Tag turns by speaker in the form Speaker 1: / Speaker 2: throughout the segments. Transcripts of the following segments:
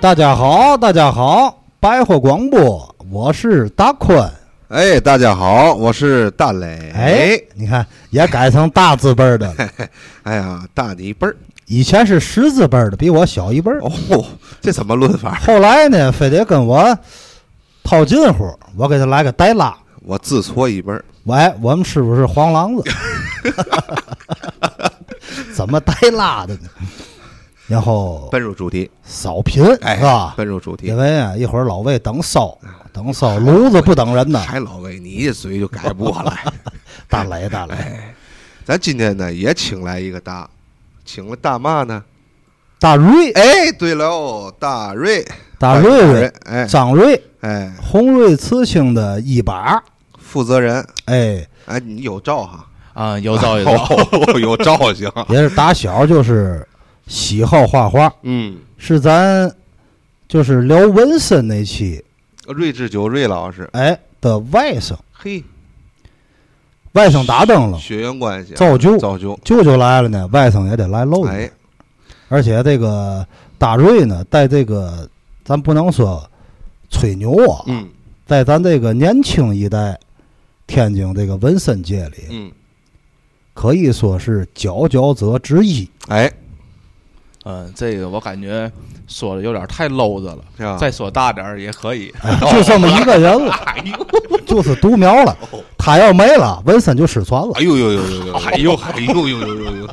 Speaker 1: 大家好，大家好，百货广播，我是大坤。
Speaker 2: 哎，大家好，我是大磊。
Speaker 1: 哎，你看也改成大字辈儿的了，
Speaker 2: 哎呀，大你辈儿
Speaker 1: 以前是十字辈儿的，比我小一辈儿。
Speaker 2: 哦，这怎么论法？
Speaker 1: 后来呢，非得跟我套近乎，我给他来个带拉。
Speaker 2: 我自错一辈儿，
Speaker 1: 喂，我们是不是黄狼子？怎么带拉的呢？然后
Speaker 2: 奔入主题，
Speaker 1: 扫贫
Speaker 2: 哎，
Speaker 1: 是吧？
Speaker 2: 奔入主题
Speaker 1: 因。为啊，一会儿老魏等烧，等烧炉子不等人呢。
Speaker 2: 还老魏，你这嘴就改不 过来。
Speaker 1: 大雷，大雷，
Speaker 2: 咱今天呢也请来一个大，请了大嘛呢？
Speaker 1: 大瑞，
Speaker 2: 哎，对喽，大瑞，
Speaker 1: 大瑞
Speaker 2: 瑞
Speaker 1: 瑞，，
Speaker 2: 哎
Speaker 1: 张瑞，
Speaker 2: 哎，
Speaker 1: 红瑞刺青的一把，
Speaker 2: 负责人，
Speaker 1: 哎，
Speaker 2: 哎，你有照哈？
Speaker 3: 啊，有照有照，
Speaker 2: 哦， 有照行。
Speaker 1: 也是打小就是喜好画画，
Speaker 2: 嗯，
Speaker 1: 是咱就是聊纹身那期，
Speaker 2: 睿智九瑞老师，
Speaker 1: 哎的外甥，
Speaker 2: 嘿，
Speaker 1: 外甥打灯笼，
Speaker 2: 血缘关系啊，
Speaker 1: 造就，
Speaker 2: 造就，
Speaker 1: 舅舅来了呢，外甥也得来露一下
Speaker 2: 哎，
Speaker 1: 而且这个大瑞呢，带这个咱不能说吹牛啊，
Speaker 2: 嗯
Speaker 1: 在咱这个年轻一代天津这个纹身界里，
Speaker 2: 嗯，
Speaker 1: 可以说是佼佼者之一。
Speaker 2: 哎，
Speaker 3: 嗯，这个我感觉说的有点太 low 着了，
Speaker 2: 是吧？
Speaker 3: 再说大点儿也可以。
Speaker 1: 哎 就这么一个 人了，
Speaker 3: 哎呦，
Speaker 1: 就是独苗了。他要没了，纹身就失传了
Speaker 2: 哦哎。呦呦呦呦呦！哎呦哎呦呦呦呦呦！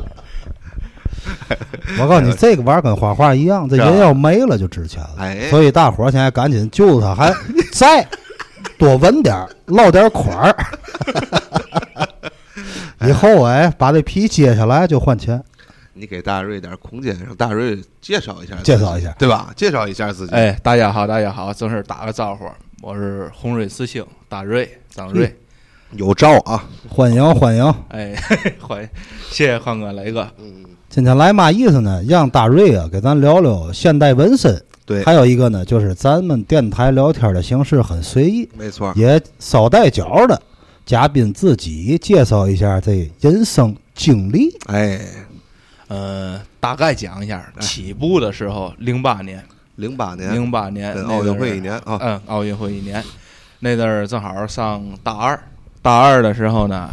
Speaker 1: 我告诉你，这个玩意儿跟画画一样，这
Speaker 2: 哎是啊
Speaker 1: 人要没了就值钱了。
Speaker 2: 哎
Speaker 1: 所以大伙儿现在赶紧救他， 还再多纹点儿，落点儿款儿。 以后哎，把这皮揭下来就换钱。
Speaker 2: 你给大瑞点空间，让大瑞介绍一下自己，
Speaker 1: 介绍一下
Speaker 2: 对吧？介绍一下自己。
Speaker 3: 哎，大家好，大家好，正式打个招呼，我是红瑞四星大瑞张瑞。
Speaker 2: 有照啊，
Speaker 1: 欢迎欢迎，
Speaker 3: 哎， 欢迎，谢谢宽哥雷哥。
Speaker 2: 嗯，
Speaker 1: 今天来嘛意思呢？让大瑞啊给咱聊聊现代纹身。
Speaker 2: 对
Speaker 1: 还有一个呢，就是咱们电台聊天的形式很随意，
Speaker 2: 没
Speaker 3: 啊
Speaker 2: 错，
Speaker 1: 也少带脚的嘉宾自己介绍一下这人生经历。
Speaker 2: 哎，
Speaker 3: 呃，大概讲一下，起步的时候，零八年，
Speaker 2: 零八年，
Speaker 3: 零八年
Speaker 2: 跟
Speaker 3: 那
Speaker 2: 奥运
Speaker 3: 阵儿
Speaker 2: 会一年啊，
Speaker 3: 嗯，奥运会一年，那阵儿正好上大二，大二的时候呢，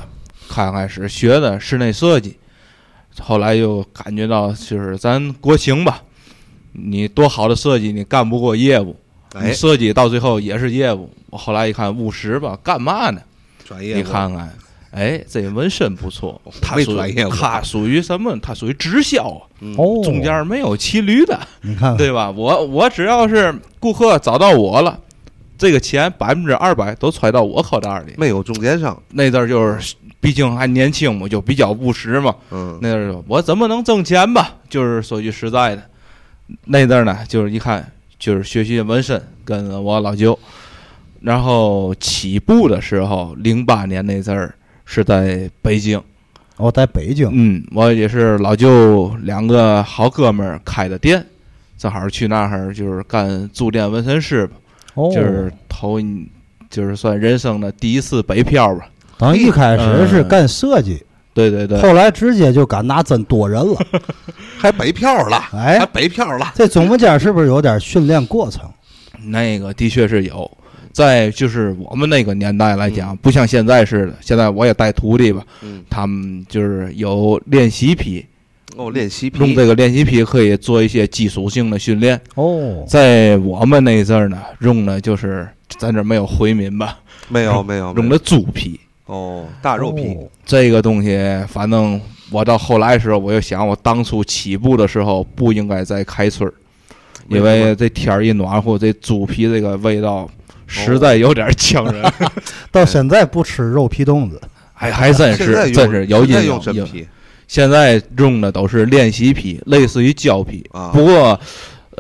Speaker 3: 刚开始学的室内设计，后来又感觉到就是咱国情吧，你多好的设计你干不过业务，你
Speaker 2: 哎，
Speaker 3: 设计到最后也是业务。我后来一看务实吧，干嘛呢？
Speaker 2: 专业，
Speaker 3: 你，看看，哎，这纹身不错，它
Speaker 2: 没
Speaker 3: 属
Speaker 2: 专业务啊
Speaker 3: 它属于什么？它属于直销啊，
Speaker 2: 嗯，
Speaker 1: 哦，
Speaker 3: 中间没有骑驴的。
Speaker 1: 你看 看，
Speaker 3: 对吧？我我只要是顾客找到我了，这个钱百分之二百都揣到我口袋里。
Speaker 2: 没有中间商，
Speaker 3: 那阵儿就是，毕竟还年轻嘛，就比较务实嘛。
Speaker 2: 嗯，
Speaker 3: 那阵儿就我怎么能挣钱吧？就是说句实在的，那阵儿呢，就是一看就是学习纹身，跟我老舅。然后起步的时候，零八年那阵儿是在北京，
Speaker 1: 我哦在北京，
Speaker 3: 嗯，我也是老舅两个好哥们儿开的店，正好去那儿就是干驻店纹身师吧，
Speaker 1: 哦，
Speaker 3: 就是头一就是算人生的第一次北漂吧。
Speaker 1: 等于一开始是干设计，
Speaker 3: 对嗯对对，
Speaker 1: 后来直接就敢拿针剁人了。
Speaker 2: 还北漂了，
Speaker 3: 嗯
Speaker 2: 还
Speaker 1: 哎，
Speaker 2: 北漂了，
Speaker 1: 这中间是不是有点训练过程？
Speaker 3: 那个的确是有。在就是我们那个年代来讲，不像现在似的，现在我也带徒弟吧，
Speaker 2: 嗯，
Speaker 3: 他们就是有练习批，
Speaker 2: 哦，练习
Speaker 3: 用
Speaker 2: 皮，
Speaker 3: 这个练习批可以做一些基础性的训练。
Speaker 1: 哦，
Speaker 3: 在我们那阵儿呢，用的就是咱这儿没有回民吧，
Speaker 2: 没
Speaker 3: 哎
Speaker 2: 有没有，没有
Speaker 3: 用的猪皮。
Speaker 2: 哦，大肉皮，
Speaker 1: 哦
Speaker 3: 这个东西，反正我到后来的时候，我就想，我当初起步的时候不应该再开村儿，因为这天儿一暖和，这猪皮这个味道实在有点呛
Speaker 2: 哦
Speaker 3: 人。
Speaker 1: 到现在不吃肉皮冻子，
Speaker 3: 还还真
Speaker 2: 现在
Speaker 3: 是，
Speaker 2: 用
Speaker 3: 真是有
Speaker 2: 现在
Speaker 3: 阴
Speaker 2: 用
Speaker 3: 影。
Speaker 2: 真
Speaker 3: 有
Speaker 2: 皮
Speaker 3: 现在用的都是练习皮，类似于胶皮。
Speaker 2: 啊，
Speaker 3: 不过，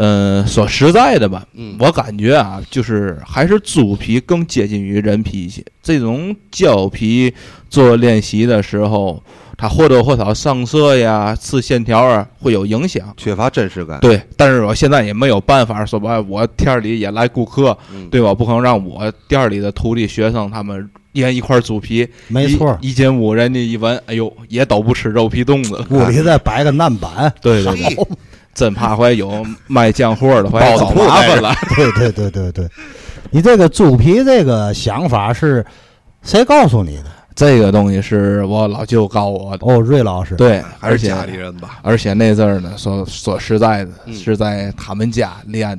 Speaker 3: 嗯、说实在的吧，
Speaker 2: 嗯，
Speaker 3: 我感觉啊，就是还是猪皮更接近于人皮一些。这种胶皮做练习的时候，它或多或少上色呀、刺线条啊，会有影响。
Speaker 2: 缺乏真实感，
Speaker 3: 对，但是我现在也没有办法，说白了，我店儿里也来顾客，
Speaker 2: 嗯，
Speaker 3: 对吧？不可能让我店儿里的徒弟、学生他们一人一块猪皮，
Speaker 1: 没错儿，
Speaker 3: 一一进屋人家一闻，哎呦，也都不吃肉皮冻子了。啊
Speaker 1: 屋里再摆个案板，
Speaker 3: 对对对
Speaker 2: 嘿，
Speaker 3: 真怕怀有卖酱货的，怀
Speaker 4: 包子
Speaker 3: 找
Speaker 4: 铺
Speaker 3: 麻
Speaker 4: 开
Speaker 3: 烦
Speaker 4: 始
Speaker 3: 了。
Speaker 1: 对对对对对，你这个猪皮这个想法是谁告诉你的？
Speaker 3: 这个东西是我老舅告我的，
Speaker 1: 哦，瑞老师，
Speaker 3: 对，
Speaker 2: 还
Speaker 3: 而
Speaker 2: 是
Speaker 3: 且
Speaker 2: 家里人吧？
Speaker 3: 而且那阵儿呢，说说实在的，
Speaker 2: 嗯
Speaker 3: 是在他们家练，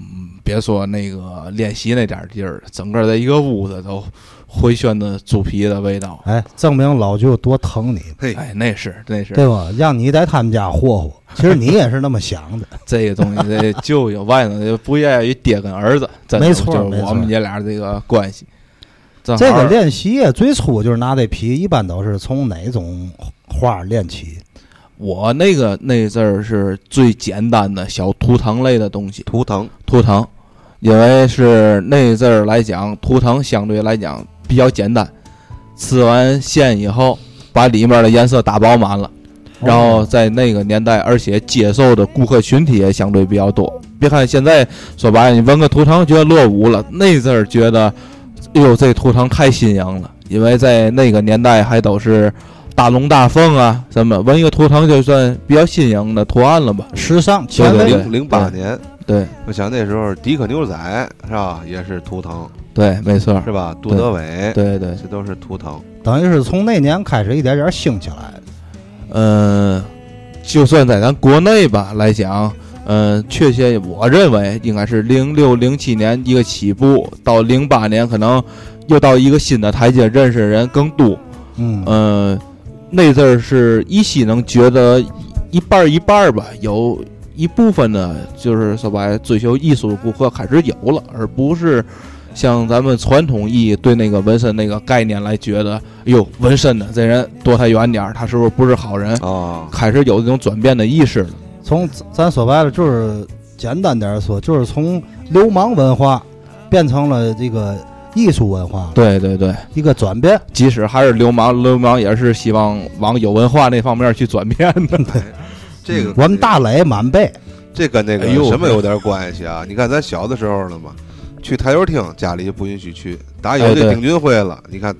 Speaker 3: 嗯，别说那个练习那点儿地儿，整个的一个屋子都回旋着猪皮的味道。
Speaker 1: 哎，证明老舅多疼你，
Speaker 2: 嘿，
Speaker 3: 哎，那是那是，
Speaker 1: 对吧？让你在他们家霍霍，其实你也是那么想的。
Speaker 3: 这 个东西得就有外头就不业于爹跟儿子，真的
Speaker 1: 没错
Speaker 3: 就是我
Speaker 1: 没
Speaker 3: 们
Speaker 1: 错
Speaker 3: 爷俩这个关系。 正好
Speaker 1: 这个练习啊，最初就是拿这皮，一般都是从哪种花练起？
Speaker 3: 我那个那阵儿是最简单的小图腾类的东西，
Speaker 2: 图腾
Speaker 3: 图腾，因为是那阵儿来讲，图腾相对来讲比较简单，刺完线以后，把里面的颜色打饱满了。然后在那个年代，而且接受的顾客群体也相对比较多。别看现在说白了，你纹个图腾觉得落伍了，那阵儿觉得，哎呦，这图腾太新颖了，因为在那个年代还都是大龙大凤啊，什么纹一个图腾就算比较新颖的图案了吧？
Speaker 1: 时尚前
Speaker 3: 对对
Speaker 1: 卫，
Speaker 2: 零零八年，
Speaker 3: 对
Speaker 2: 我想那时候迪克牛仔是吧，也是图腾
Speaker 3: 对，没错儿，
Speaker 2: 是吧？杜德伟，
Speaker 3: 对对。
Speaker 2: 这都是图腾。
Speaker 1: 等于是从那年开始一点点兴起来的。
Speaker 3: 嗯，就算在咱国内吧来讲，嗯，确切我认为应该是零六零七年一个起步，到零八年可能又到一个新的台阶，认识的人更多。
Speaker 1: 嗯，
Speaker 3: 嗯，那阵儿是依稀能觉得一半儿一半儿吧，有一部分呢，就是说白了追求艺术的顾客开始有了，而不是像咱们传统意义对那个纹身那个概念来觉得，哎呦，纹身的这人躲他远点儿，他是不是不是好人？
Speaker 2: 哦，
Speaker 3: 开始有这种转变的意识了。
Speaker 1: 从咱说白了就是简单点儿说，就是从流氓文化变成了这个艺术文化
Speaker 3: 对对对，
Speaker 1: 一个转变。
Speaker 3: 即使还是流氓，流氓也是希望往有文化那方面去转变的。
Speaker 2: 这个
Speaker 1: 嗯
Speaker 2: 呃
Speaker 1: 我们大磊满背，
Speaker 2: 这跟那个
Speaker 3: 哎呦
Speaker 2: 什么有点关系啊？你看咱小的时候了嘛，去台球厅家里就不允许去，打有
Speaker 3: 哎
Speaker 2: 这
Speaker 3: 对
Speaker 2: 丁俊晖了，你看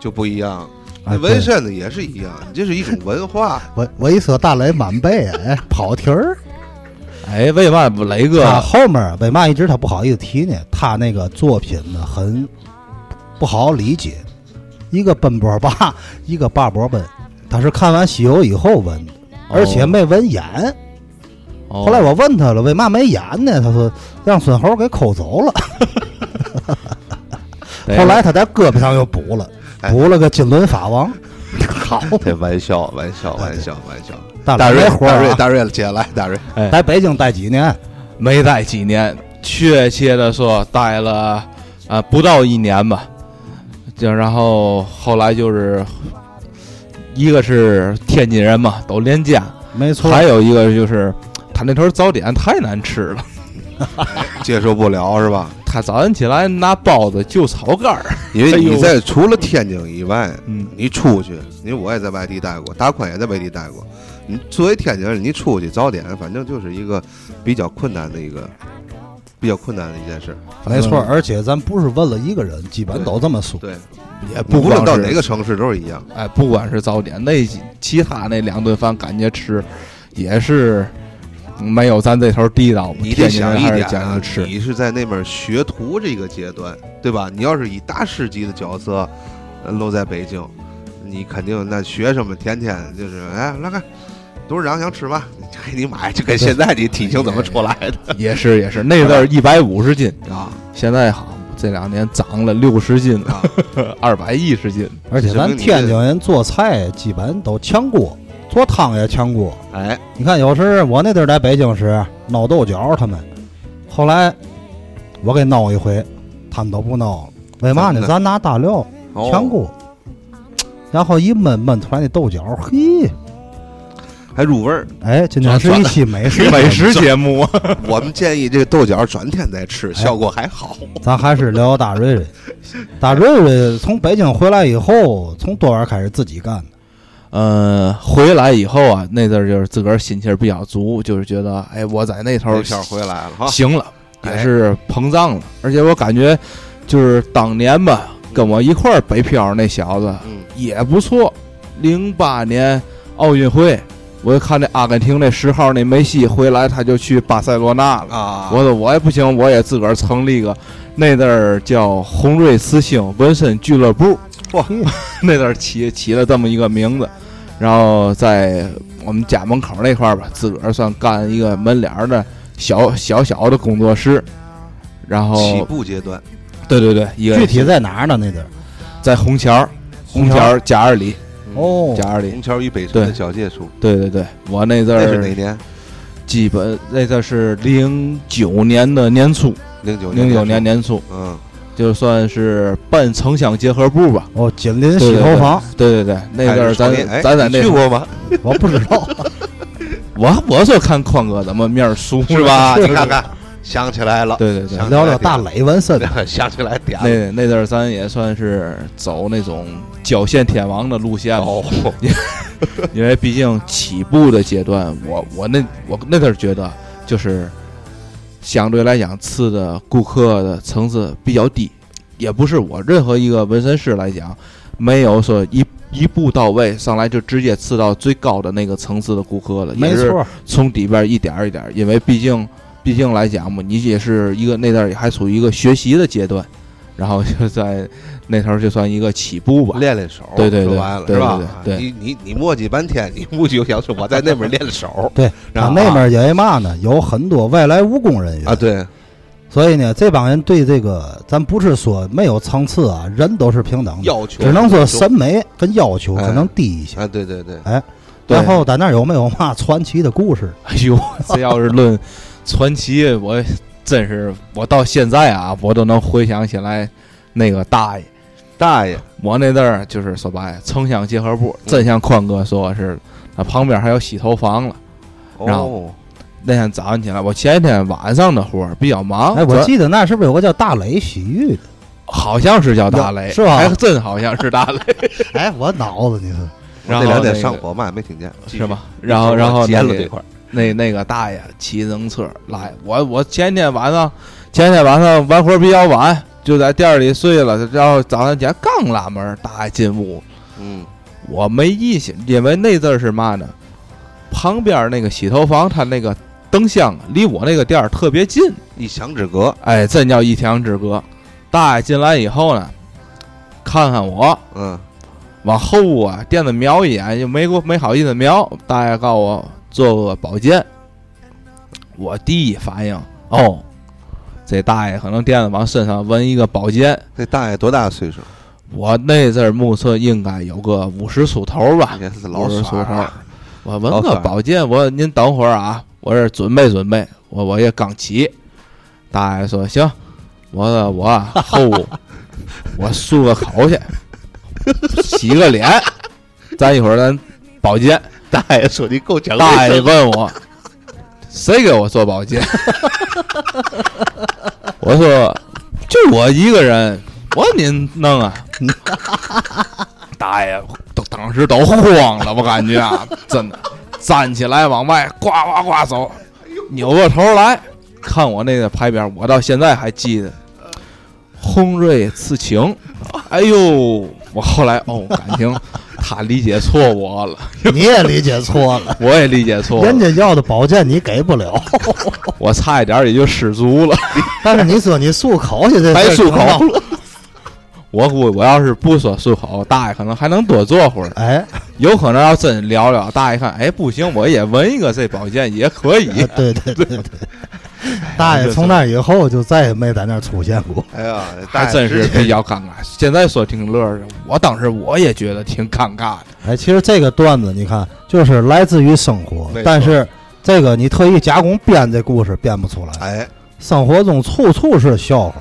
Speaker 2: 就不一样。
Speaker 1: 哎
Speaker 2: 那纹身的也是一样，你这是一种文化。
Speaker 1: 我我一说大磊满背，哎，跑题儿。
Speaker 3: 哎，为嘛不雷哥？
Speaker 1: 他后面为嘛一直他不好意思提呢？他那个作品呢很不好理解，一个奔波霸， 一个霸波奔，他是看完《西游》以后纹的，而且没纹眼。
Speaker 3: 哦，
Speaker 1: 后来我问他了，为嘛没眼呢？他说让孙猴给抠走了。
Speaker 3: 对
Speaker 1: 后来他在胳膊上又补了，
Speaker 2: 哎
Speaker 1: 补了个金轮法王。好，
Speaker 2: 这 玩笑，玩笑，玩笑，玩笑。
Speaker 1: 大
Speaker 2: 大瑞
Speaker 1: 雷，活
Speaker 2: 大瑞，
Speaker 1: 儿
Speaker 2: 大瑞，姐来，大瑞，
Speaker 1: 啊在北京待几年，
Speaker 3: 没待几年，确切的说待了啊、呃不到一年吧。就然后后来就是，一个是天津人嘛，都恋家；
Speaker 1: 没错，
Speaker 3: 还有一个就是他那头早点太难吃了，
Speaker 2: 接受不了是吧？
Speaker 3: 他早晨起来拿包子就炒肝儿。
Speaker 2: 因
Speaker 3: 哎
Speaker 2: 为
Speaker 3: 呦
Speaker 2: 你在除了天津以外，
Speaker 3: 嗯，
Speaker 2: 你出去，因为我也在外地待过，大宽也在外地待过。你作为天津人，你出去早点，反正就是一个比较困难的一个比较困难的一件事儿。
Speaker 3: 嗯
Speaker 1: 没错。
Speaker 2: 嗯
Speaker 1: 而且咱不是问了一个人，基本都这么说。
Speaker 2: 对，
Speaker 3: 嗯也不
Speaker 2: 无论
Speaker 3: 光
Speaker 2: 到
Speaker 3: 是
Speaker 2: 哪个城市都是一样。
Speaker 3: 哎，不管是早点那几其他那两顿饭，感觉吃也是没有咱这头地道嘛。
Speaker 2: 你得
Speaker 3: 天津
Speaker 2: 想
Speaker 3: 人
Speaker 2: 一
Speaker 3: 还是
Speaker 2: 点
Speaker 3: 讲
Speaker 2: 啊
Speaker 3: 究，吃，
Speaker 2: 你是在那边学徒这个阶段，对吧？你要是以大师级的角色呃落在北京，你肯定那学生们天天就是哎，老看董事长想吃嘛，给你买，就 跟现在你体型怎么出来的
Speaker 3: 也是也是，那阵儿一百五十斤，
Speaker 2: 啊
Speaker 3: 现在好，这两年涨了六十斤了，
Speaker 2: 啊！
Speaker 3: 二百一 十斤。
Speaker 1: 而且咱天津人做菜基本都炝锅，做汤也炝锅。
Speaker 2: 哎，
Speaker 1: 你看，有时我那阵儿在北京时闹豆角，他们后来我给闹一回，他们都不闹了。为嘛
Speaker 2: 怎
Speaker 1: 呢？
Speaker 2: 么呢
Speaker 1: 咱拿大料
Speaker 2: 哦
Speaker 1: 炝锅，然后一焖焖出来那豆角，嘿，
Speaker 2: 还入味 儿。
Speaker 1: 哎，今
Speaker 3: 啊
Speaker 1: 天是一期美食，
Speaker 3: 美食节
Speaker 2: 啊
Speaker 3: 目，
Speaker 2: 我们建议这个豆角转天再
Speaker 3: 哎
Speaker 2: 吃，效果还好。
Speaker 3: 嗯
Speaker 1: 咱还是聊聊大瑞瑞。大瑞瑞从北京回来以后，从多少开始自己干的？
Speaker 3: 嗯，回来以后啊，那阵儿就是自个儿心气儿比较足，就是觉得，哎，我在那头
Speaker 2: 豆
Speaker 3: 儿
Speaker 2: 角回来了哈，
Speaker 3: 行了，
Speaker 2: 哎
Speaker 3: 也是膨胀了，而且我感觉就是当年吧，跟我一块儿北漂那小子
Speaker 2: 嗯，
Speaker 3: 也不错，零八年奥运会我就看那阿根廷那十号那梅西回来，他就去巴塞罗那了。
Speaker 2: 啊，
Speaker 3: 我说我也不行，我也自个儿成立个，那阵儿叫红瑞四星纹身俱乐部，
Speaker 2: 哇，
Speaker 3: 那阵儿起起了这么一个名字，然后在我们家门口那块儿吧，自个儿算干一个门脸儿的小小小的工作室，然
Speaker 2: 起
Speaker 3: 后
Speaker 2: 步阶段，
Speaker 3: 对对对，一个
Speaker 1: 具体在哪儿呢？那地儿
Speaker 3: 在虹桥儿，虹桥儿贾二里，
Speaker 1: 哦，
Speaker 3: 贾二里，
Speaker 2: 嗯虹桥与北辰的
Speaker 3: 对
Speaker 2: 交界处，
Speaker 3: 对对对，我那阵
Speaker 2: 那是哪
Speaker 3: 儿
Speaker 2: 年？
Speaker 3: 基本那阵儿是零九年的年初，
Speaker 2: 零九
Speaker 3: 零九年，年初，
Speaker 2: 嗯，
Speaker 3: 就算是半城乡结合部吧。
Speaker 1: 哦，紧邻洗头房，
Speaker 3: 对对对，那阵儿咱
Speaker 2: 哎哎
Speaker 3: 咱在
Speaker 2: 你
Speaker 3: 那
Speaker 2: 去过吗？
Speaker 1: 我不知 道，
Speaker 3: 我我就看宽哥怎么面儿熟
Speaker 2: 是吧？
Speaker 3: 就是
Speaker 2: 你看看，想起来了，
Speaker 3: 对对对
Speaker 2: 想起来
Speaker 1: 聊聊大磊纹身，
Speaker 2: 点， 想起来点了
Speaker 3: 那那阵儿咱也算是走那种脚线天王的路线嘛，
Speaker 2: 哦，
Speaker 3: 因为毕竟起步的阶段，我我那我那阵儿觉得就是相对来讲次的顾客的层次比较低，也不是我任何一个纹身师来讲，没有说一一步到位上来就直接刺到最高的那个层次的顾客了，也
Speaker 1: 没
Speaker 3: 是
Speaker 1: 错，
Speaker 3: 从底边一点儿一点儿，因为毕竟毕竟来讲嘛，你也是一个那段儿也还处于一个学习的阶段，然后就在那头儿就算一个起步吧。
Speaker 2: 练练手，
Speaker 3: 对对对
Speaker 2: 说白了
Speaker 3: 对
Speaker 2: 是
Speaker 3: 对
Speaker 2: 吧？
Speaker 3: 对对
Speaker 2: 你你你磨叽半天，你目就想说我在那边练练 手
Speaker 1: 对，他
Speaker 2: 然后
Speaker 1: 那边儿因为嘛呢，有很多外来务工人员
Speaker 2: 啊，，
Speaker 3: 嗯
Speaker 2: 对，
Speaker 1: 所以呢，这帮人对这个，咱不是说没有层次啊，人都是平等的，
Speaker 2: 要求
Speaker 1: 只能说审美跟要求
Speaker 2: 哎
Speaker 1: 可能低一些。
Speaker 2: 啊，对对对，
Speaker 3: 对
Speaker 1: 然后在那儿有没有嘛传奇的故事？
Speaker 3: 哎呦，这要是论传奇，我真是我到现在啊，我都能回想起来那个大爷。
Speaker 2: 大爷，
Speaker 3: 我那阵儿就是说白了，城乡结合
Speaker 1: 嗯
Speaker 3: 部，真像宽哥说的是，那旁边还有洗头房了。然
Speaker 2: 哦，
Speaker 3: 那天早上起来，我前一天晚上的活儿比较
Speaker 2: 啊
Speaker 3: 忙，
Speaker 1: 哎，我
Speaker 3: 昨
Speaker 1: 记得那是不是有个叫大磊洗浴的？
Speaker 3: 好像是叫大雷，
Speaker 1: 有是吧
Speaker 3: 还真好像 是大雷。
Speaker 1: 哎，我脑子你是
Speaker 2: 这
Speaker 3: 然后
Speaker 2: 两
Speaker 3: 那
Speaker 2: 点
Speaker 3: 个
Speaker 2: 上火嘛，没听见继续
Speaker 3: 是吧？然后，然后
Speaker 2: 截
Speaker 3: 那
Speaker 2: 了
Speaker 3: 个
Speaker 2: 这块儿，
Speaker 3: 那那个大爷骑自行车来，我我前天晚上，前天晚上完活儿比较晚，就在店儿里睡了，然后早上起来刚拉门儿，大爷进屋，
Speaker 2: 嗯，
Speaker 3: 我没意识，因为那阵儿是嘛呢？旁边儿那个洗头房，它那个灯箱啊离我那个店儿特别近，
Speaker 2: 一墙之隔，
Speaker 3: 哎，真叫一墙之隔。大爷进来以后呢，看看我，
Speaker 2: 嗯，
Speaker 3: 往后啊店子瞄一眼，就没给我没好意思瞄。大爷告诉我做个保健，我第一反应哦，这大爷可能店子往身上纹一个保健。
Speaker 2: 这大爷多大岁数？
Speaker 3: 我那阵儿目测应该有个五十出头吧，
Speaker 2: 也是老
Speaker 3: 啊五十出
Speaker 2: 岁数
Speaker 3: 头。我纹
Speaker 2: 老色
Speaker 3: 个
Speaker 2: 儿
Speaker 3: 保健，我您等会儿啊，我这准备准备，我啊我也刚起。大爷说行，我说我啊后屋我漱个口去，洗个脸，咱一会儿咱保健。
Speaker 2: 大爷说你够讲
Speaker 3: 大爷
Speaker 2: 卫
Speaker 3: 就问我， 谁给我做保健？ 我说就我一个人，我您弄啊。 大爷都当时都慌了，我感觉啊，真的站起来往外呱呱呱走，扭过头来看我那个牌匾，我到现在还记得。轰瑞刺情，哎呦！我后来哦，感情他理解错我了，
Speaker 1: 你也理解错 了，
Speaker 3: 我也理解错了。
Speaker 1: 人家要的保健你给不了，
Speaker 3: 我差一点儿也就失足了，
Speaker 1: 但是你说你漱口去，这
Speaker 3: 白
Speaker 1: 事儿
Speaker 3: 漱
Speaker 1: 挺闹
Speaker 3: 口了。我估计我要是不说漱口，大爷可能还能多坐会儿。
Speaker 1: 哎，
Speaker 3: 有可能要真聊聊，大爷看，哎，不行，我也纹一个这保健也可以。
Speaker 1: 哎对对对 对，大爷从那以后就再也没在那儿出现过。
Speaker 2: 哎呀，这大
Speaker 3: 还
Speaker 2: 爷
Speaker 3: 真
Speaker 2: 直
Speaker 3: 是
Speaker 2: 接
Speaker 3: 比较尴尬。现在说挺乐儿的，我当时我也觉得挺尴尬的。
Speaker 1: 哎，其实这个段子你看，就是来自于生活
Speaker 2: 没错，
Speaker 1: 但是这个你特意加工编这故事编不出来。
Speaker 2: 哎，
Speaker 1: 生活中处处是笑话，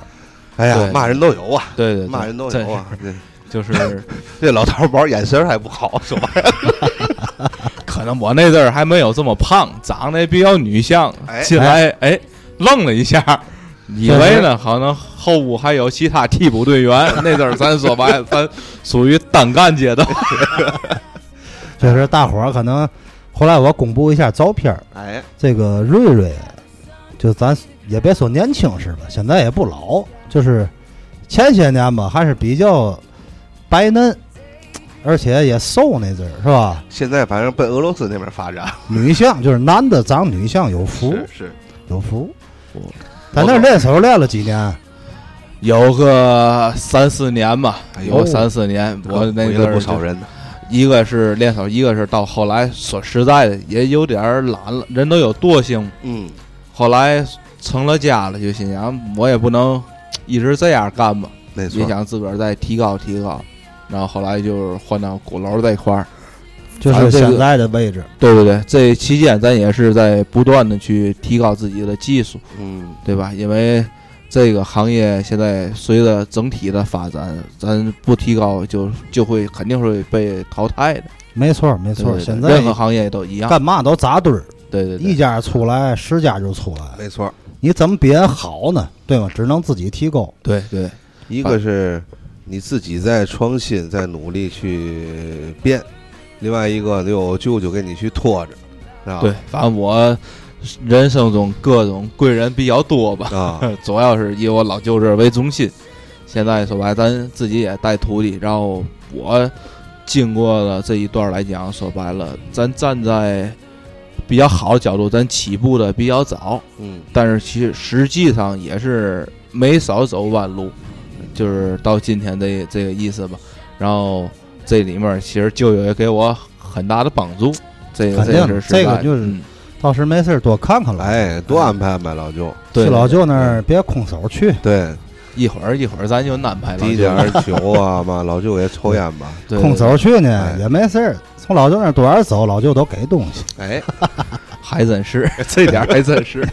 Speaker 2: 哎呀，
Speaker 3: 对
Speaker 2: 骂人都有啊，
Speaker 3: 对对
Speaker 2: 骂人都有啊，这
Speaker 3: 就是
Speaker 2: 这老头儿宝眼神儿还不好，说 白了，
Speaker 3: 可能我那阵儿还没有这么胖，长得也比较女相
Speaker 2: 哎，
Speaker 3: 进来哎愣了一下，以为呢可能后屋还有其他替补队员。那阵儿咱说白了，咱属于单干阶段。
Speaker 2: 哎
Speaker 1: 确实大伙儿可能。后来我公布一下照片儿，
Speaker 2: 哎，
Speaker 1: 这个瑞瑞，就咱也别说年轻是吧，现在也不老，就是前些年吧还是比较白嫩，而且也瘦那阵儿是吧？
Speaker 2: 现在反正奔俄罗斯那边发展，
Speaker 1: 女相就是男的长女相有福，
Speaker 2: 是是，
Speaker 1: 有福
Speaker 3: 福。
Speaker 1: 咱那练手练了几年，
Speaker 3: 有个三四年吧，
Speaker 2: 哎呦
Speaker 3: 有三四年。我那
Speaker 2: 毁
Speaker 3: 阵
Speaker 2: 了
Speaker 3: 儿
Speaker 2: 不少
Speaker 3: 就
Speaker 2: 人呢。
Speaker 3: 一个是练手，一个是到后来说实在的也有点儿懒了，人都有惰性。
Speaker 2: 嗯，
Speaker 3: 后来成了家了，就心想我也不能一直这样干吧，
Speaker 2: 没错
Speaker 3: 也，想自个儿再提高提高。然后后来就是换到鼓楼这一块儿，
Speaker 1: 就
Speaker 3: 反
Speaker 1: 是
Speaker 3: 正这个
Speaker 1: 现在的位置。
Speaker 3: 对对对，这期间咱也是在不断的去提高自己的技术，
Speaker 2: 嗯，
Speaker 3: 对吧？因为这个行业现在随着整体的发展，咱不提高就就会肯定会被淘汰的。
Speaker 1: 没错，没
Speaker 3: 对
Speaker 1: 错，
Speaker 3: 对对
Speaker 1: 现
Speaker 3: 任何
Speaker 1: 在
Speaker 3: 行业都一样。
Speaker 1: 干嘛都扎堆儿，
Speaker 3: 对对
Speaker 1: 一
Speaker 3: 对，
Speaker 1: 家出来十家就出来，
Speaker 2: 没错。
Speaker 1: 你怎么比人好呢？对吗？只能自己提高。
Speaker 3: 对对
Speaker 2: 一个是你自己在创新，在努力去变；另外一个你有舅舅给你去拖着，啊是吧？
Speaker 3: 对，啊反正我人生中各种贵人比较多吧。
Speaker 2: 啊，
Speaker 3: 主要是以我老舅这儿为中心。现在说白了，咱自己也带徒弟，然后我经过了这一段来讲，说白了，咱站在比较好的角度，咱起步的比较早，
Speaker 2: 嗯，
Speaker 3: 但是其实实际上也是没少走弯路，就是到今天这这个意思吧。然后这里面其实舅舅也给我很大的帮助，这个
Speaker 1: 肯定
Speaker 3: 这个是实在的
Speaker 1: 这个就是
Speaker 3: 嗯
Speaker 1: 到时没事儿多看看来，
Speaker 2: 哎，多安排安排老舅。
Speaker 3: 对
Speaker 1: 去老舅那
Speaker 3: 对
Speaker 1: 儿别空手去。
Speaker 2: 对，
Speaker 3: 一会儿一会儿咱就安排老
Speaker 2: 滴
Speaker 3: 舅
Speaker 2: 点儿酒啊嘛，老舅也抽烟 吧。
Speaker 3: 对
Speaker 1: 空手去
Speaker 2: 哎
Speaker 1: 呢也没事儿，从老舅那儿多点走，老舅都给东西。
Speaker 2: 哎，
Speaker 3: 还 真是这点儿还真是。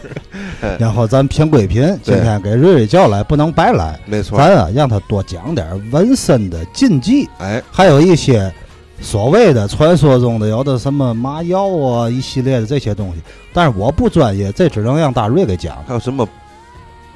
Speaker 3: 哎
Speaker 1: 然后咱贫归贫，今
Speaker 2: 对
Speaker 1: 天给瑞瑞叫来不能白来，
Speaker 2: 没错。
Speaker 1: 咱啊让他多讲点儿纹身的禁忌，
Speaker 2: 哎，
Speaker 1: 还有一些所谓的传说中的有的什么麻药啊一系列的这些东西。但是我不专业，这只能让大瑞给讲了。
Speaker 2: 还有什么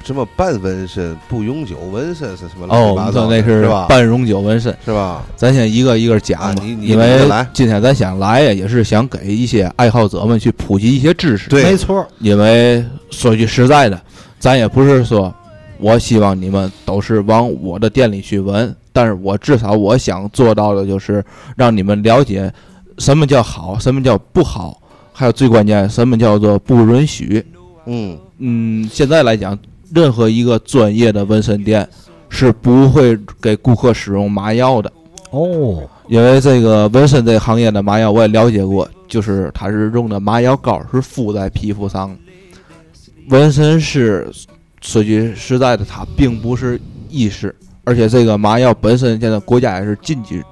Speaker 2: 什么半纹身、不永久纹身是什么乱七
Speaker 3: 哦，我
Speaker 2: 八
Speaker 3: 们
Speaker 2: 糟
Speaker 3: 说
Speaker 2: 的？
Speaker 3: 那是
Speaker 2: 吧？
Speaker 3: 半永久纹身，
Speaker 2: 是吧？
Speaker 3: 咱先一个一个讲吧
Speaker 2: 啊你，你
Speaker 3: 因为
Speaker 2: 你来
Speaker 3: 今天咱想来呀，也是想给一些爱好者们去普及一些知识。
Speaker 2: 对
Speaker 1: 没错儿，
Speaker 3: 因为说句实在的，咱也不是说我希望你们都是往我的店里去纹，但是我至少我想做到的就是让你们了解什么叫好，什么叫不好，还有最关键什么叫做不允许。
Speaker 2: 嗯，
Speaker 3: 嗯，现在来讲，任何一个专业的纹身店是不会给顾客使用麻药的，
Speaker 1: 哦，
Speaker 3: 因为这个纹身这个行业的麻药我也了解过，就是它是用的麻药膏是敷在皮肤上的。纹身师说句实在的，它并不是医师，而且这个麻药本身现在国家也是禁止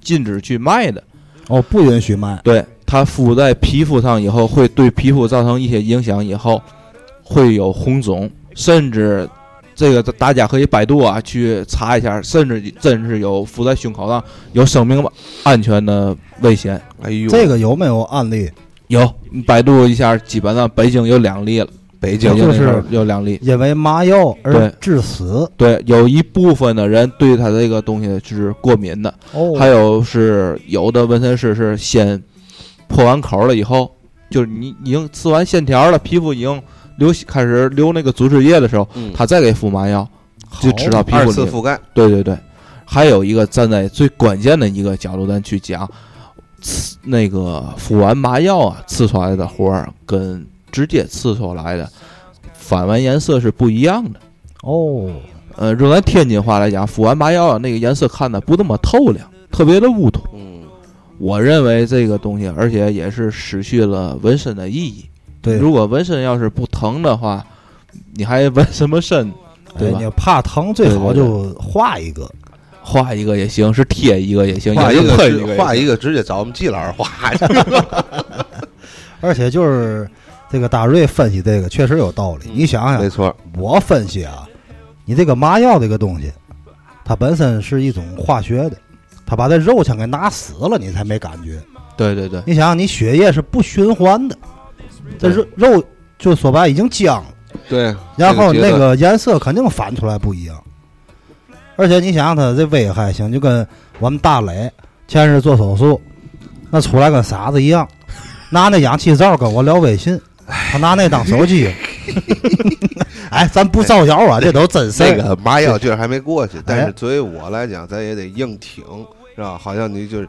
Speaker 3: 禁止去卖的。
Speaker 1: 哦，不允许卖。
Speaker 3: 对，它敷在皮肤上以后，会对皮肤造成一些影响，以后会有红肿，甚至这个大家可以百度啊去查一下，甚至真是有敷在胸口上有生命安全的危险。
Speaker 2: 哎呦，
Speaker 1: 这个有没有案例？
Speaker 3: 有，你百度一下，基本上北京有两例了，
Speaker 2: 北
Speaker 3: 北
Speaker 2: 京
Speaker 3: 京
Speaker 1: 就
Speaker 3: 那
Speaker 1: 是
Speaker 3: 边有两例。
Speaker 1: 因为麻药而
Speaker 3: 对
Speaker 1: 致死。
Speaker 3: 对，有一部分的人对它这个东西是过敏的，
Speaker 1: 哦
Speaker 3: 还有是有的纹身师是先破完口了以后，就是你已经刺完线条了，皮肤已经流血开始流那个组织液的时候，
Speaker 2: 嗯
Speaker 3: 他再给敷麻药，就吃到皮
Speaker 2: 二
Speaker 3: 肤
Speaker 2: 次
Speaker 3: 里。
Speaker 2: 覆盖，
Speaker 3: 对对对，还有一个站在最关键的一个角度咱去讲，刺那个敷完麻药啊，刺出来的活儿跟直接刺出来的反完颜色是不一样的。
Speaker 1: 哦，
Speaker 3: 呃，用咱天津话来讲，敷完麻药啊那个颜色看的不那么透亮，特别的乌涂。
Speaker 2: 嗯，
Speaker 3: 我认为这个东西，而且也是失去了纹身的意义。
Speaker 1: 对，
Speaker 3: 如果纹身要是不疼的话，你还纹什么身？对
Speaker 1: 哎
Speaker 3: 吧
Speaker 1: 你怕疼，最好
Speaker 3: 对
Speaker 1: 就画一个。
Speaker 3: 画一个也行，是贴一个也行，
Speaker 2: 画
Speaker 3: 也
Speaker 2: 一
Speaker 3: 是
Speaker 2: 个
Speaker 3: 喷一
Speaker 2: 直，画一
Speaker 3: 个
Speaker 2: 个直接找我们季老师画去。
Speaker 1: 而且就是这个大瑞分析这个确实有道理。
Speaker 2: 嗯
Speaker 1: 你想
Speaker 2: 没
Speaker 1: 想，
Speaker 2: 错，
Speaker 1: 我分析啊，你这个麻药这个东西，它本身是一种化学的，它把这肉先给拿死了，你才没感觉。
Speaker 3: 对对对，
Speaker 1: 你想想，你血液是不循环的，这
Speaker 3: 对
Speaker 1: 肉肉就说白了已经僵了。
Speaker 2: 对，
Speaker 1: 然后
Speaker 2: 这
Speaker 1: 那
Speaker 2: 阶段
Speaker 1: 个颜色肯定反出来不一样。而且你想想，他这危害性就跟我们大磊前日做手术，那出来跟傻子一样，拿那氧气罩跟我聊微信，他拿那当手机。哎，咱不造谣啊，这都真事
Speaker 2: 那
Speaker 1: 儿。哎
Speaker 2: 个麻药劲儿还没过去，但是作为我来讲，咱也得硬挺，是吧？好像你就是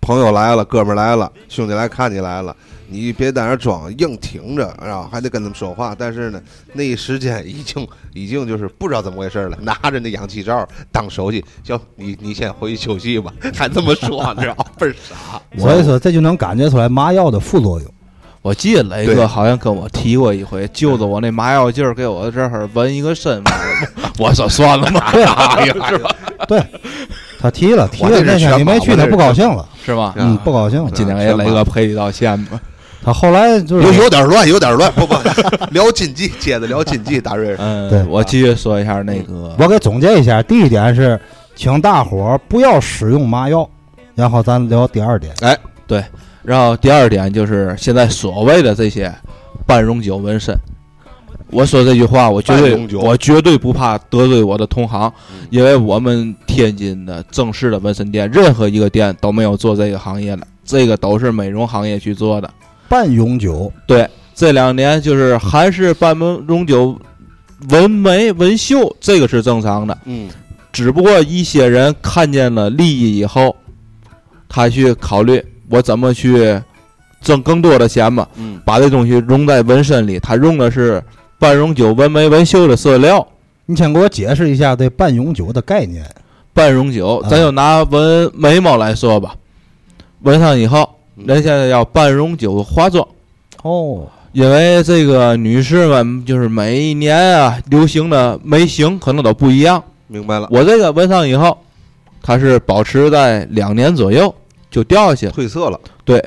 Speaker 2: 朋友来了，哥们儿来了，兄弟来看你来了，你别在那儿装，硬挺着，然后还得跟他们说话。但是呢，那一时间已经已经就是不知道怎么回事了，拿着那氧气罩当手机，行，你你先回去休息吧，还这么说，你知道吗倍儿傻。
Speaker 1: 所以说这就能感觉出来麻药的副 作用。
Speaker 3: 我记得雷
Speaker 2: 对
Speaker 3: 哥好像跟我提过一回，揪着我那麻药劲儿给我这儿纹一个身嘛， 我说算了吧，
Speaker 2: 哎呀，是吧？
Speaker 1: 对，他提了，提
Speaker 2: 我这
Speaker 1: 了
Speaker 2: 是
Speaker 1: 那天
Speaker 2: 全
Speaker 1: 你
Speaker 2: 麻
Speaker 1: 没
Speaker 2: 我
Speaker 1: 去，
Speaker 2: 这
Speaker 1: 他
Speaker 2: 是
Speaker 1: 不高兴了，
Speaker 3: 是吧？
Speaker 2: 啊
Speaker 1: 嗯，不高兴了。
Speaker 3: 今天给雷哥赔礼道歉吧。
Speaker 1: 他后来就
Speaker 2: 有
Speaker 1: 是
Speaker 2: 有点乱，有点乱，不 不，聊禁忌，接着聊禁忌，大瑞。
Speaker 3: 嗯，
Speaker 1: 对
Speaker 3: 我继续说一下那个，
Speaker 1: 我给总结一下，第一点是，请大伙儿不要使用麻药，然后咱聊第二点。
Speaker 3: 然后第二点就是现在所谓的这些半永久纹身，我说这句话，我绝
Speaker 2: 半永
Speaker 3: 对
Speaker 2: 久
Speaker 3: 我绝对不怕得罪我的同行
Speaker 2: 嗯，
Speaker 3: 因为我们天津的正式的纹身店，任何一个店都没有做这个行业的，这个都是美容行业去做的。
Speaker 1: 半永久，
Speaker 3: 对，这两年就是韩式半永久纹眉纹绣，这个是正常的。
Speaker 2: 嗯，
Speaker 3: 只不过一些人看见了利益以后，他去考虑我怎么去挣更多的钱嘛，
Speaker 2: 嗯，
Speaker 3: 把这东西融在纹身里。他用的是半永久纹眉纹绣的色料，
Speaker 1: 你先给我解释一下这半永久的概念。
Speaker 3: 半永久。咱就拿纹眉毛来说吧，纹上以后，人现在叫半永久化妆。
Speaker 1: 哦，
Speaker 3: 因为这个女士们，就是每一年啊，流行的眉形可能都不一样。
Speaker 2: 明白了，
Speaker 3: 我这个纹上以后，它是保持在两年左右就掉下去了。
Speaker 2: 褪色了，
Speaker 3: 对，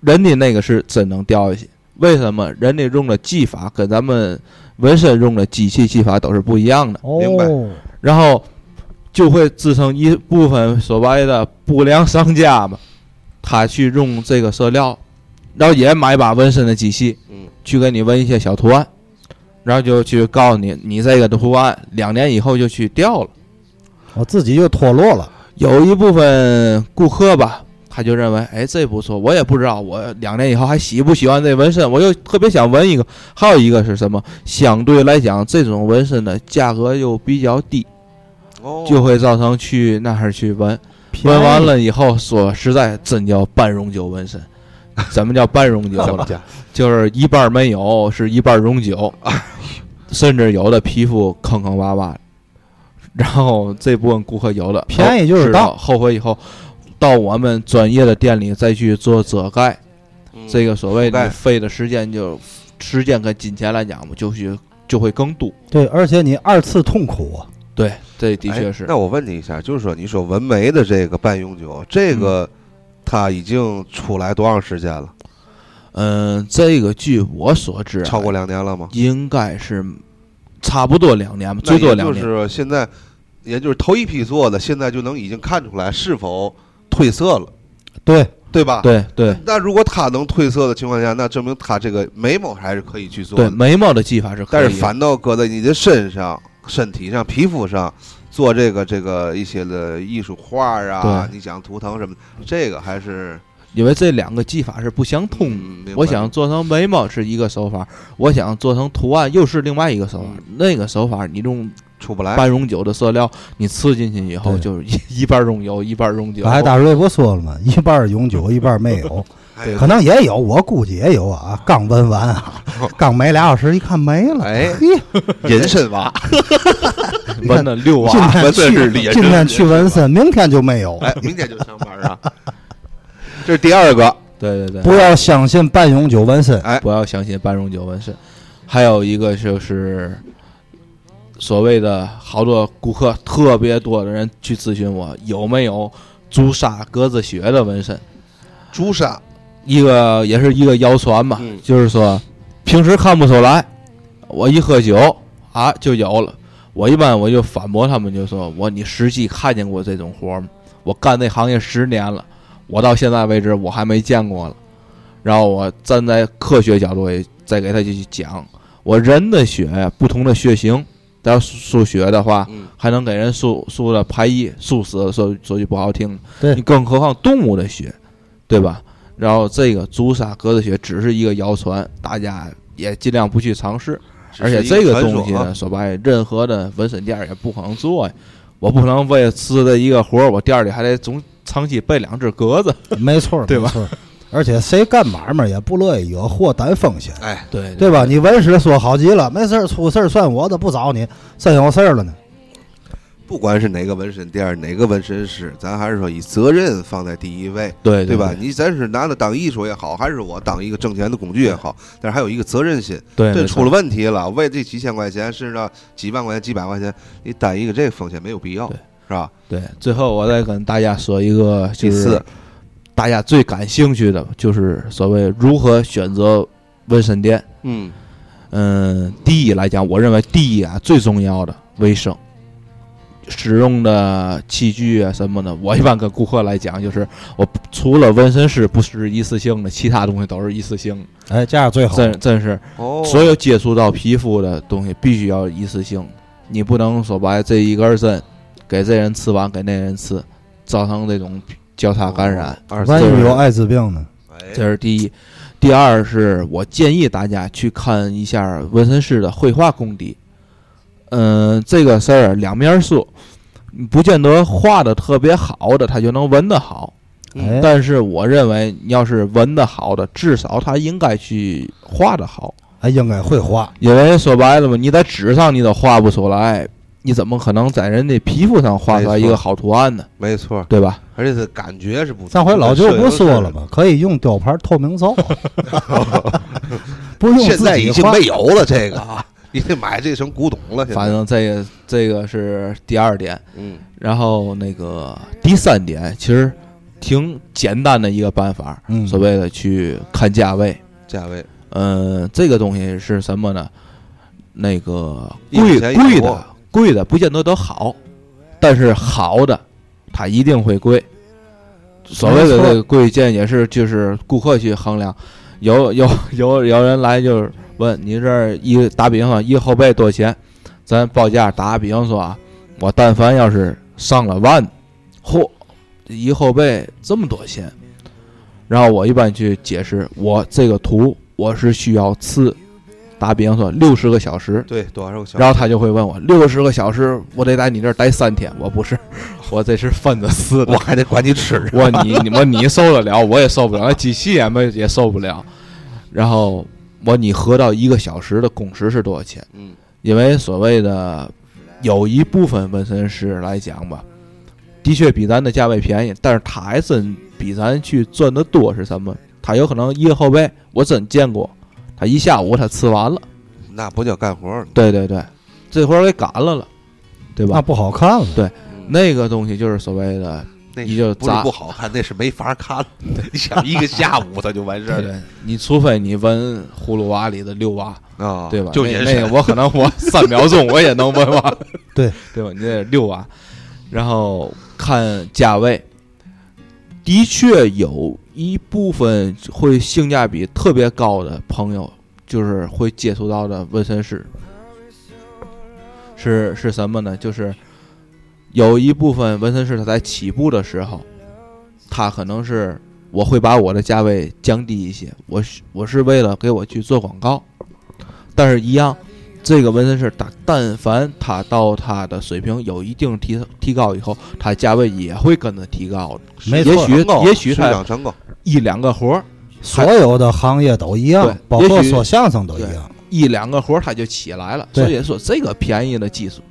Speaker 3: 人家那个是真能掉下去。为什么？人家用的技法跟咱们纹身用的机器技法都是不一样的，
Speaker 2: 明白
Speaker 1: 哦，
Speaker 3: 然后就会滋生一部分所谓的不良商家嘛，他去用这个色料，然后也买把纹身的机器，
Speaker 2: 嗯，
Speaker 3: 去给你纹一些小图案，然后就去告诉你，你这个图案两年以后就去掉了。
Speaker 1: 我自己就脱落了。
Speaker 3: 有一部分顾客吧，他就认为，哎，这不错，我也不知道我两年以后还喜不喜欢这纹身，我又特别想纹一个。还有一个是什么？相对来讲，这种纹身的价格又比较低，
Speaker 2: 哦
Speaker 3: 就会造成去那儿去纹，
Speaker 1: 便宜
Speaker 3: 纹完，了以后，说实在，真叫半永久纹身。什么叫半永久
Speaker 2: 怎么
Speaker 3: 了？
Speaker 2: 讲？
Speaker 3: 就是一半没有，是一半永久，甚至有的皮肤坑坑洼洼的。然后这部分顾客有的
Speaker 1: 便宜就是
Speaker 3: 知
Speaker 1: 当
Speaker 3: 道后悔以后到我们专业的店里再去做遮盖，这
Speaker 2: 个
Speaker 3: 个所谓
Speaker 2: 覆嗯盖
Speaker 3: 你费的时间就时间跟金钱来讲嘛，就去就会更多。
Speaker 1: 对，而且你二次痛苦啊，
Speaker 3: 对，这的确是
Speaker 2: 哎那我问你一下，就是说，你说纹眉的这个半永久，这个它已经出来多长时间了？
Speaker 3: 嗯，这个据我所知啊，
Speaker 2: 超过两年了吗？
Speaker 3: 应该是差不多两年吧，
Speaker 2: 那
Speaker 3: 最多
Speaker 2: 也
Speaker 3: 两
Speaker 2: 就
Speaker 3: 年。
Speaker 2: 是现在，也就是头一批做的，现在就能已经看出来是否褪色了，
Speaker 1: 对，
Speaker 2: 对吧？。嗯
Speaker 3: 对对，
Speaker 2: 那如果它能褪色的情况下，那证明它这个眉毛还是可以去做
Speaker 3: 对
Speaker 2: 的。
Speaker 3: 眉毛的技法是可以
Speaker 2: 但
Speaker 3: 的，
Speaker 2: 是反倒搁在你的身上、身体上、皮肤上做这个这个一些的艺术画啊，
Speaker 3: 对
Speaker 2: 你想图腾什么的，这个还是
Speaker 3: 因为这两个技法是不相通的。
Speaker 2: 嗯，明白
Speaker 3: 我想做成眉毛是一个手法，我想做成图案又是另外一个手法。
Speaker 2: 嗯
Speaker 3: 那个手法你用
Speaker 2: 出不来。
Speaker 3: 半永久的色料，你刺进去以后
Speaker 1: 对
Speaker 3: 就是一一半永久，一半永久。
Speaker 1: 刚才大瑞不说了吗？一半儿永久，一半儿没有，
Speaker 2: 哎呀
Speaker 1: 可能也有，我估计也有啊。刚纹完啊，刚没俩小时，一看没了。
Speaker 2: 哦哎
Speaker 1: 嘿，
Speaker 2: 隐身 娃，
Speaker 1: 你看
Speaker 3: 纹 了六
Speaker 1: 今
Speaker 3: 啊，
Speaker 1: 天
Speaker 2: 纹身是
Speaker 1: 去
Speaker 2: 脸
Speaker 1: 今
Speaker 2: 上
Speaker 1: 天去纹身，明天就没有。
Speaker 2: 哎，明天就上班 啊。这是第二个，
Speaker 3: 对对对，
Speaker 1: 不要相信半永久纹身，
Speaker 3: 不要相信半永久纹身。还有一个就是所谓的好多顾客特别多的人去咨询我有没有朱砂格子血的纹身。
Speaker 2: 朱砂，
Speaker 3: 一个也是一个谣传吧，
Speaker 2: 嗯
Speaker 3: 就是说平时看不出来，我一喝酒啊就有了。我一般我就反驳他们，就说我你实际看见过这种活儿吗？我干这行业十年了，我到现在为止我还没见过了。然后我站在科学角度也再给他去讲，我人的血呀不同的血型，咱要输血的话，
Speaker 2: 嗯，
Speaker 3: 还能给人输输的排异输死，说说句不好听的，
Speaker 1: 对
Speaker 3: 你更何况动物的血，对吧？然后这个朱砂格子血只是一个谣传，大家也尽量不去尝试。而且这个东西呢，
Speaker 2: 啊
Speaker 3: 说白了，任何的纹身店儿也不可能做呀。我不能为了吃这一个活儿，我店儿里还得总长期备两只格子，
Speaker 1: 没错儿，
Speaker 3: 对吧
Speaker 1: 没错儿？而且谁干买卖也不乐意惹祸担风险，
Speaker 2: 哎，
Speaker 3: 对
Speaker 1: 对吧？你文史说好极了，没事儿，出事儿算我的，不找你，真有事儿了呢。
Speaker 2: 不管是哪个纹身店儿，哪个纹身师，咱还是说以责任放在第一位，
Speaker 3: 对
Speaker 2: 对吧？？你咱是拿它当艺术也好，还是我当一个挣钱的工具也好，但是还有一个责任心。
Speaker 3: 对，
Speaker 2: 这
Speaker 3: 没
Speaker 2: 出
Speaker 3: 错
Speaker 2: 了问题了，为这几千块钱，甚至到几万块钱、几百块钱，你担一个这个风险没有必要
Speaker 3: 对，
Speaker 2: 是吧？
Speaker 3: 对。最后我再跟大家说一个，
Speaker 2: 第
Speaker 3: 就
Speaker 2: 四
Speaker 3: 是，大家最感兴趣的，就是所谓如何选择纹身店。
Speaker 2: 嗯，
Speaker 3: 嗯，第一来讲，我认为第一啊最重要的卫生，使用的器具啊什么的，我一般跟顾客来讲，就是我除了纹身师不是一次性的，其他东西都是一次性的，
Speaker 1: 哎，这样最好。
Speaker 3: 真真是
Speaker 2: 哦，
Speaker 3: 所有接触到皮肤的东西必须要一次性，你不能说把这一根针给这人吃完，给那人吃，造成这种交叉感染，
Speaker 2: 二十
Speaker 1: 万
Speaker 2: 四
Speaker 1: 一有
Speaker 2: 人，
Speaker 1: 艾滋病呢？
Speaker 2: 哎，
Speaker 3: 这是第一。第二是我建议大家去看一下纹身师的绘画功底。嗯，这个事儿两面说，不见得画的特别好的他就能纹得好，
Speaker 2: 嗯
Speaker 1: 哎
Speaker 3: 但是我认为你要是纹得好的，至少他应该去画得好。
Speaker 1: 哎，应该会画。
Speaker 3: 因为说白了嘛，你在纸上你都画不出来，你怎么可能在人家皮肤上画出来一个好图案呢？
Speaker 2: 没错，
Speaker 3: 对吧？
Speaker 2: 而且这感觉是不。
Speaker 1: 上回老舅不说了，吗？可以用雕牌透明皂， 不用
Speaker 2: 现在
Speaker 1: 自己
Speaker 2: 已经
Speaker 1: 画
Speaker 2: 没有了这个， 啊，你得买这成古董了。现在
Speaker 3: 反，正这个这个是第二点，
Speaker 2: 嗯，
Speaker 3: 然后那个第三点其实挺简单的一个办法，
Speaker 1: 嗯
Speaker 3: 所谓的去看价位。
Speaker 2: 价位
Speaker 3: 嗯，这个东西是什么呢？那个
Speaker 2: 一分
Speaker 3: 贵
Speaker 2: 钱一毛啊
Speaker 3: 贵的贵的不见得都好，但是好的它一定会贵。所谓
Speaker 1: 没
Speaker 3: 的
Speaker 1: 错
Speaker 3: 这个贵贱也是就是顾客去衡量。有有有有人来就是问你这儿一打比方一后背多少钱？咱报价打个比方说啊，我但凡要是上了万，嚯，一后背这么多钱，然后我一般去解释，我这个图我是需要刺，打比方说六十个小时，
Speaker 2: 对多少个小时？
Speaker 3: 然后他就会问我六十个小时，我得在你这儿待三天，我不 是，我这是分着撕的
Speaker 2: 我，还得管你吃。
Speaker 3: 我你你我你受得了，我也受不了，那机器也没也受不了，然后我你合到一个小时的工时是多少钱？
Speaker 2: 嗯，
Speaker 3: 因为所谓的有一部分纹身师来讲吧，的确比咱的价位便宜，但是他还真比咱去赚的多是什么？他有可能一个后背，我真见过，他一下午他吃完了，
Speaker 2: 那不叫干活儿。
Speaker 3: 对对对，这活儿给赶了了，对
Speaker 1: 那
Speaker 3: 吧？
Speaker 1: 不好看了。
Speaker 2: 嗯
Speaker 3: 那个东西就是所谓的，
Speaker 2: 那
Speaker 3: 你就是
Speaker 2: 不是
Speaker 3: 砸
Speaker 2: 不好看，那是没法看。 你想一个下午他就完事儿
Speaker 3: 对
Speaker 2: 了
Speaker 3: 对，哎你除非你纹葫芦娃里的六娃，
Speaker 2: 啊，
Speaker 3: 对吧？
Speaker 2: 就
Speaker 3: 那
Speaker 2: 也
Speaker 3: 那
Speaker 2: 是
Speaker 3: 个我可能我三秒钟我也能问完，
Speaker 1: 对
Speaker 3: 对吧？你这六啊，然后看价位，的确有一部分会性价比特别高的朋友，就是会接触到的纹身师，是是什么呢？就是有一部分纹身师他在起步的时候，他可能是。我会把我的价位降低一些，我是我是为了给我去做广告，但是，一样，这个纹身师他但凡他到他的水平有一定提提高以后，他价位也会跟着提高的。
Speaker 1: 没
Speaker 3: 也
Speaker 1: 错
Speaker 3: 许
Speaker 2: 成功
Speaker 3: 也许
Speaker 2: 市
Speaker 3: 他
Speaker 2: 场成功，
Speaker 3: 一两个活儿，
Speaker 1: 所有的行业都一样
Speaker 3: 对，
Speaker 1: 包括
Speaker 3: 也许
Speaker 1: 说相声都一样。
Speaker 3: 一两个活儿他就起来了。
Speaker 1: 对
Speaker 3: 所以说，这个便宜的技术，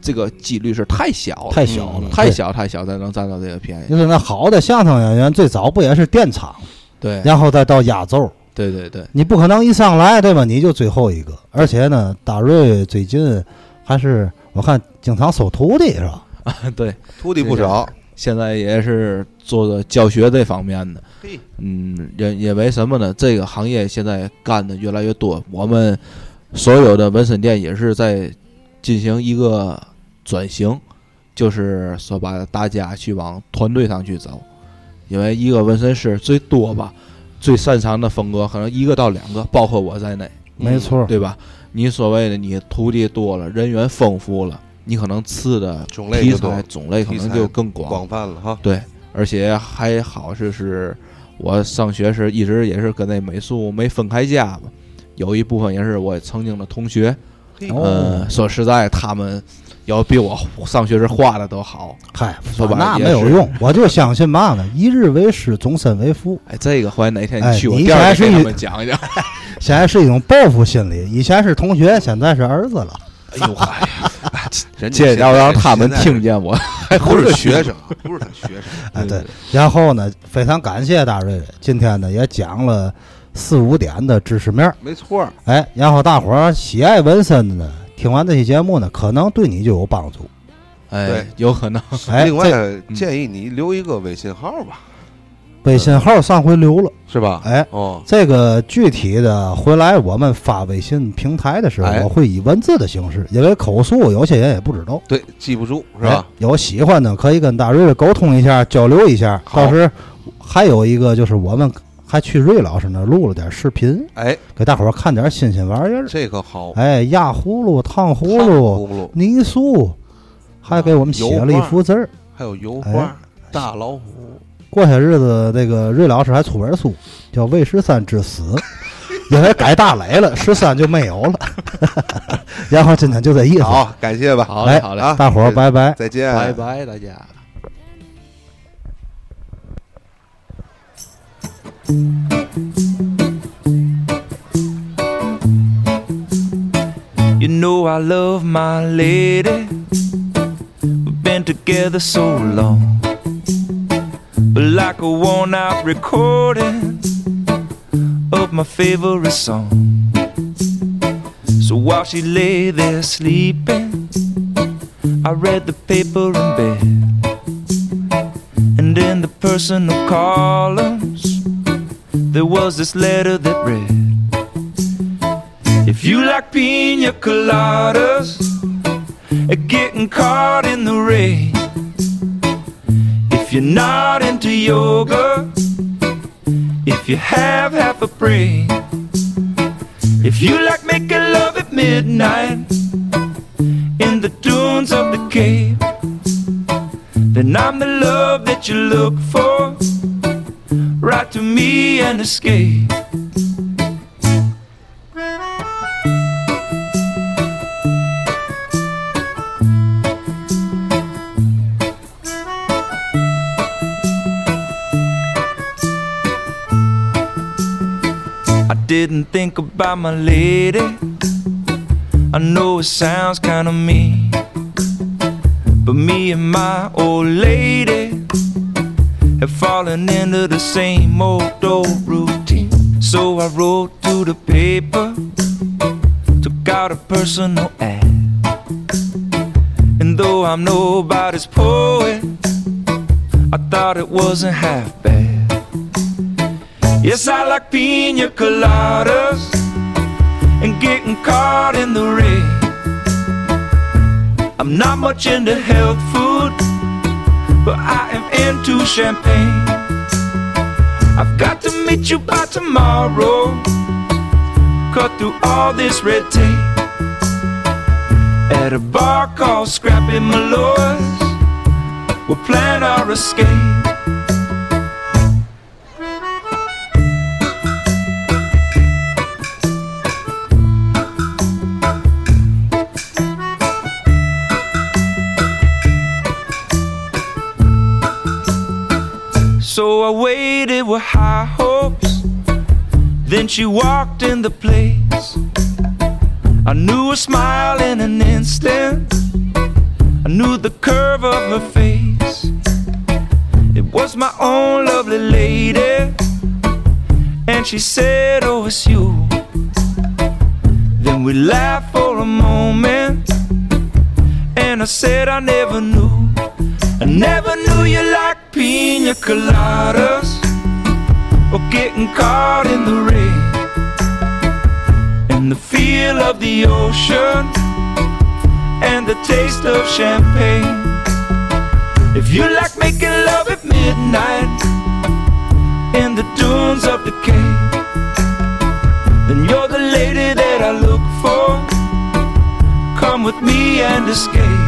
Speaker 3: 这个几率是太小了，
Speaker 1: 太小了，
Speaker 2: 嗯
Speaker 3: 太
Speaker 1: 对。
Speaker 3: 小太小才能占到这个便宜。
Speaker 1: 你说那好的相声演员最早不也是垫场，
Speaker 3: 对
Speaker 1: 然后再到压轴？
Speaker 3: 对对对，
Speaker 1: 你不可能一上来对吧？你就最后一个。而且呢，大瑞最近还是我看经常收徒弟是吧？
Speaker 3: 啊对，
Speaker 2: 徒弟不少。
Speaker 3: 现在也是做的教学这方面的。
Speaker 2: 嘿，
Speaker 3: 嗯，因因为什么呢？这个行业现在干的越来越多，我们所有的纹身店也是在进行一个转型，就是说把大家去往团队上去走，因为一个纹身师最多吧，最擅长的风格可能一个到两个，包括我在内，
Speaker 1: 没错儿，
Speaker 3: 嗯对吧？你所谓的你徒弟多了，人员丰富了，你可能刺的
Speaker 2: 种类
Speaker 3: 题
Speaker 2: 就多
Speaker 3: 材种类可
Speaker 2: 题
Speaker 3: 能
Speaker 2: 材
Speaker 3: 就更广
Speaker 2: 广泛了哈。
Speaker 3: 对，而且还好是是，我上学时一直也是跟那美术没分开家嘛，有一部分也是我曾经的同学，呃
Speaker 2: 嘿
Speaker 1: 哦
Speaker 3: 呃，说实在他们有比我上学时画的都好。
Speaker 1: 嗨，
Speaker 3: 说白了
Speaker 1: 那
Speaker 3: 也
Speaker 1: 没有
Speaker 3: 是
Speaker 1: 用，我就相信嘛呢， 一日为师，终身为父。
Speaker 3: 哎，这个回来哪天
Speaker 1: 哎
Speaker 3: 你去我
Speaker 1: 你
Speaker 3: 店
Speaker 1: 还
Speaker 3: 儿
Speaker 1: 是
Speaker 3: 给他
Speaker 1: 一
Speaker 3: 们讲一讲。
Speaker 1: 现在是一种报复心理，以前是同学，现在是儿子了。
Speaker 3: 哎呦，哎呀
Speaker 2: 人家
Speaker 3: 这
Speaker 2: 现在
Speaker 3: 要让他 们
Speaker 2: 现在
Speaker 3: 听见我，还
Speaker 2: 不是学生，啊不是他学 生，
Speaker 1: 哎，对
Speaker 3: 对，
Speaker 1: 然后呢，非常感谢大瑞瑞，今天呢也讲了四五点的知识面儿，
Speaker 2: 没错儿。
Speaker 1: 哎，然后大伙儿喜爱纹身的呢，听完这期节目呢，可能对你就有帮 助。
Speaker 3: 哎
Speaker 2: 对，
Speaker 3: 有可能。
Speaker 1: 哎，
Speaker 2: 另
Speaker 1: 这
Speaker 2: 外
Speaker 3: 嗯
Speaker 2: 建议你留一个微信号吧，
Speaker 1: 微信号上回留了，
Speaker 2: 是吧？
Speaker 1: 哎，
Speaker 2: 哦，
Speaker 1: 这个具体的回来我们发微信平台的时候，
Speaker 2: 哎
Speaker 1: 我会以文字的形式，因为口述有些人也不知道。
Speaker 2: 对，记不住是
Speaker 1: 哎
Speaker 2: 吧？？
Speaker 1: 有喜欢的可以跟大瑞沟通一下，交流一下。
Speaker 2: 好
Speaker 1: 到时还有一个就是我们还去瑞老师那儿录了点视频，
Speaker 2: 哎，
Speaker 1: 给大伙儿看点新鲜玩意儿。
Speaker 2: 这个好，
Speaker 1: 哎，压葫芦、烫葫
Speaker 2: 烫
Speaker 1: 芦、
Speaker 2: 葫芦，
Speaker 1: 泥塑，还给我们写了一幅字儿。
Speaker 2: 还有油
Speaker 1: 哎
Speaker 2: 画、大老虎，
Speaker 1: 过些日子，这个瑞老师还出本书，叫《魏十三之死》，因为改大雷了，十三就没有了。 然后今天就这意思，
Speaker 2: 好，感谢吧，
Speaker 3: 哎好
Speaker 1: 哎
Speaker 3: 嘞，好嘞，
Speaker 2: 啊
Speaker 1: 大伙儿拜拜。
Speaker 2: 再见，
Speaker 3: 拜拜，大家。
Speaker 4: You know I love my lady. We've been together so long. But like a worn out recording of my favorite song. So while she lay there sleeping, I read the paper in bed. And in the personal columns, there was this letter that read. If you like pina coladas and getting caught in the rain, if you're not into yoga, if you have half a brain, if you like making love at midnight in the dunes of the cave, then I'm the love that you look for. Right to me and escape. I didn't think about my lady. I know it sounds kinda mean. But me and my old lady have fallen into the same old old routine. So I wrote to the paper, took out a personal ad. And though I'm nobody's poet, I thought it wasn't half bad. Yes, I like pina coladas and getting caught in the rain. I'm not much into health food, but I am into champagne. I've got to meet you by tomorrow. Cut through all this red tape at a bar called Scrappy Malloy's. We'll plan our escape. So I waited with high hopes. Then she walked in the place. I knew a smile in an instant. I knew the curve of her face. It was my own lovely lady. And she said, Oh, it's you. Then we laughed for a moment. And I said, I never knew. I never knew you liked pina coladas or getting caught in the rain and the feel of the ocean and the taste of champagne. If you like making love at midnight in the dunes of the cave, then you're the lady that I look for. Come with me and escape.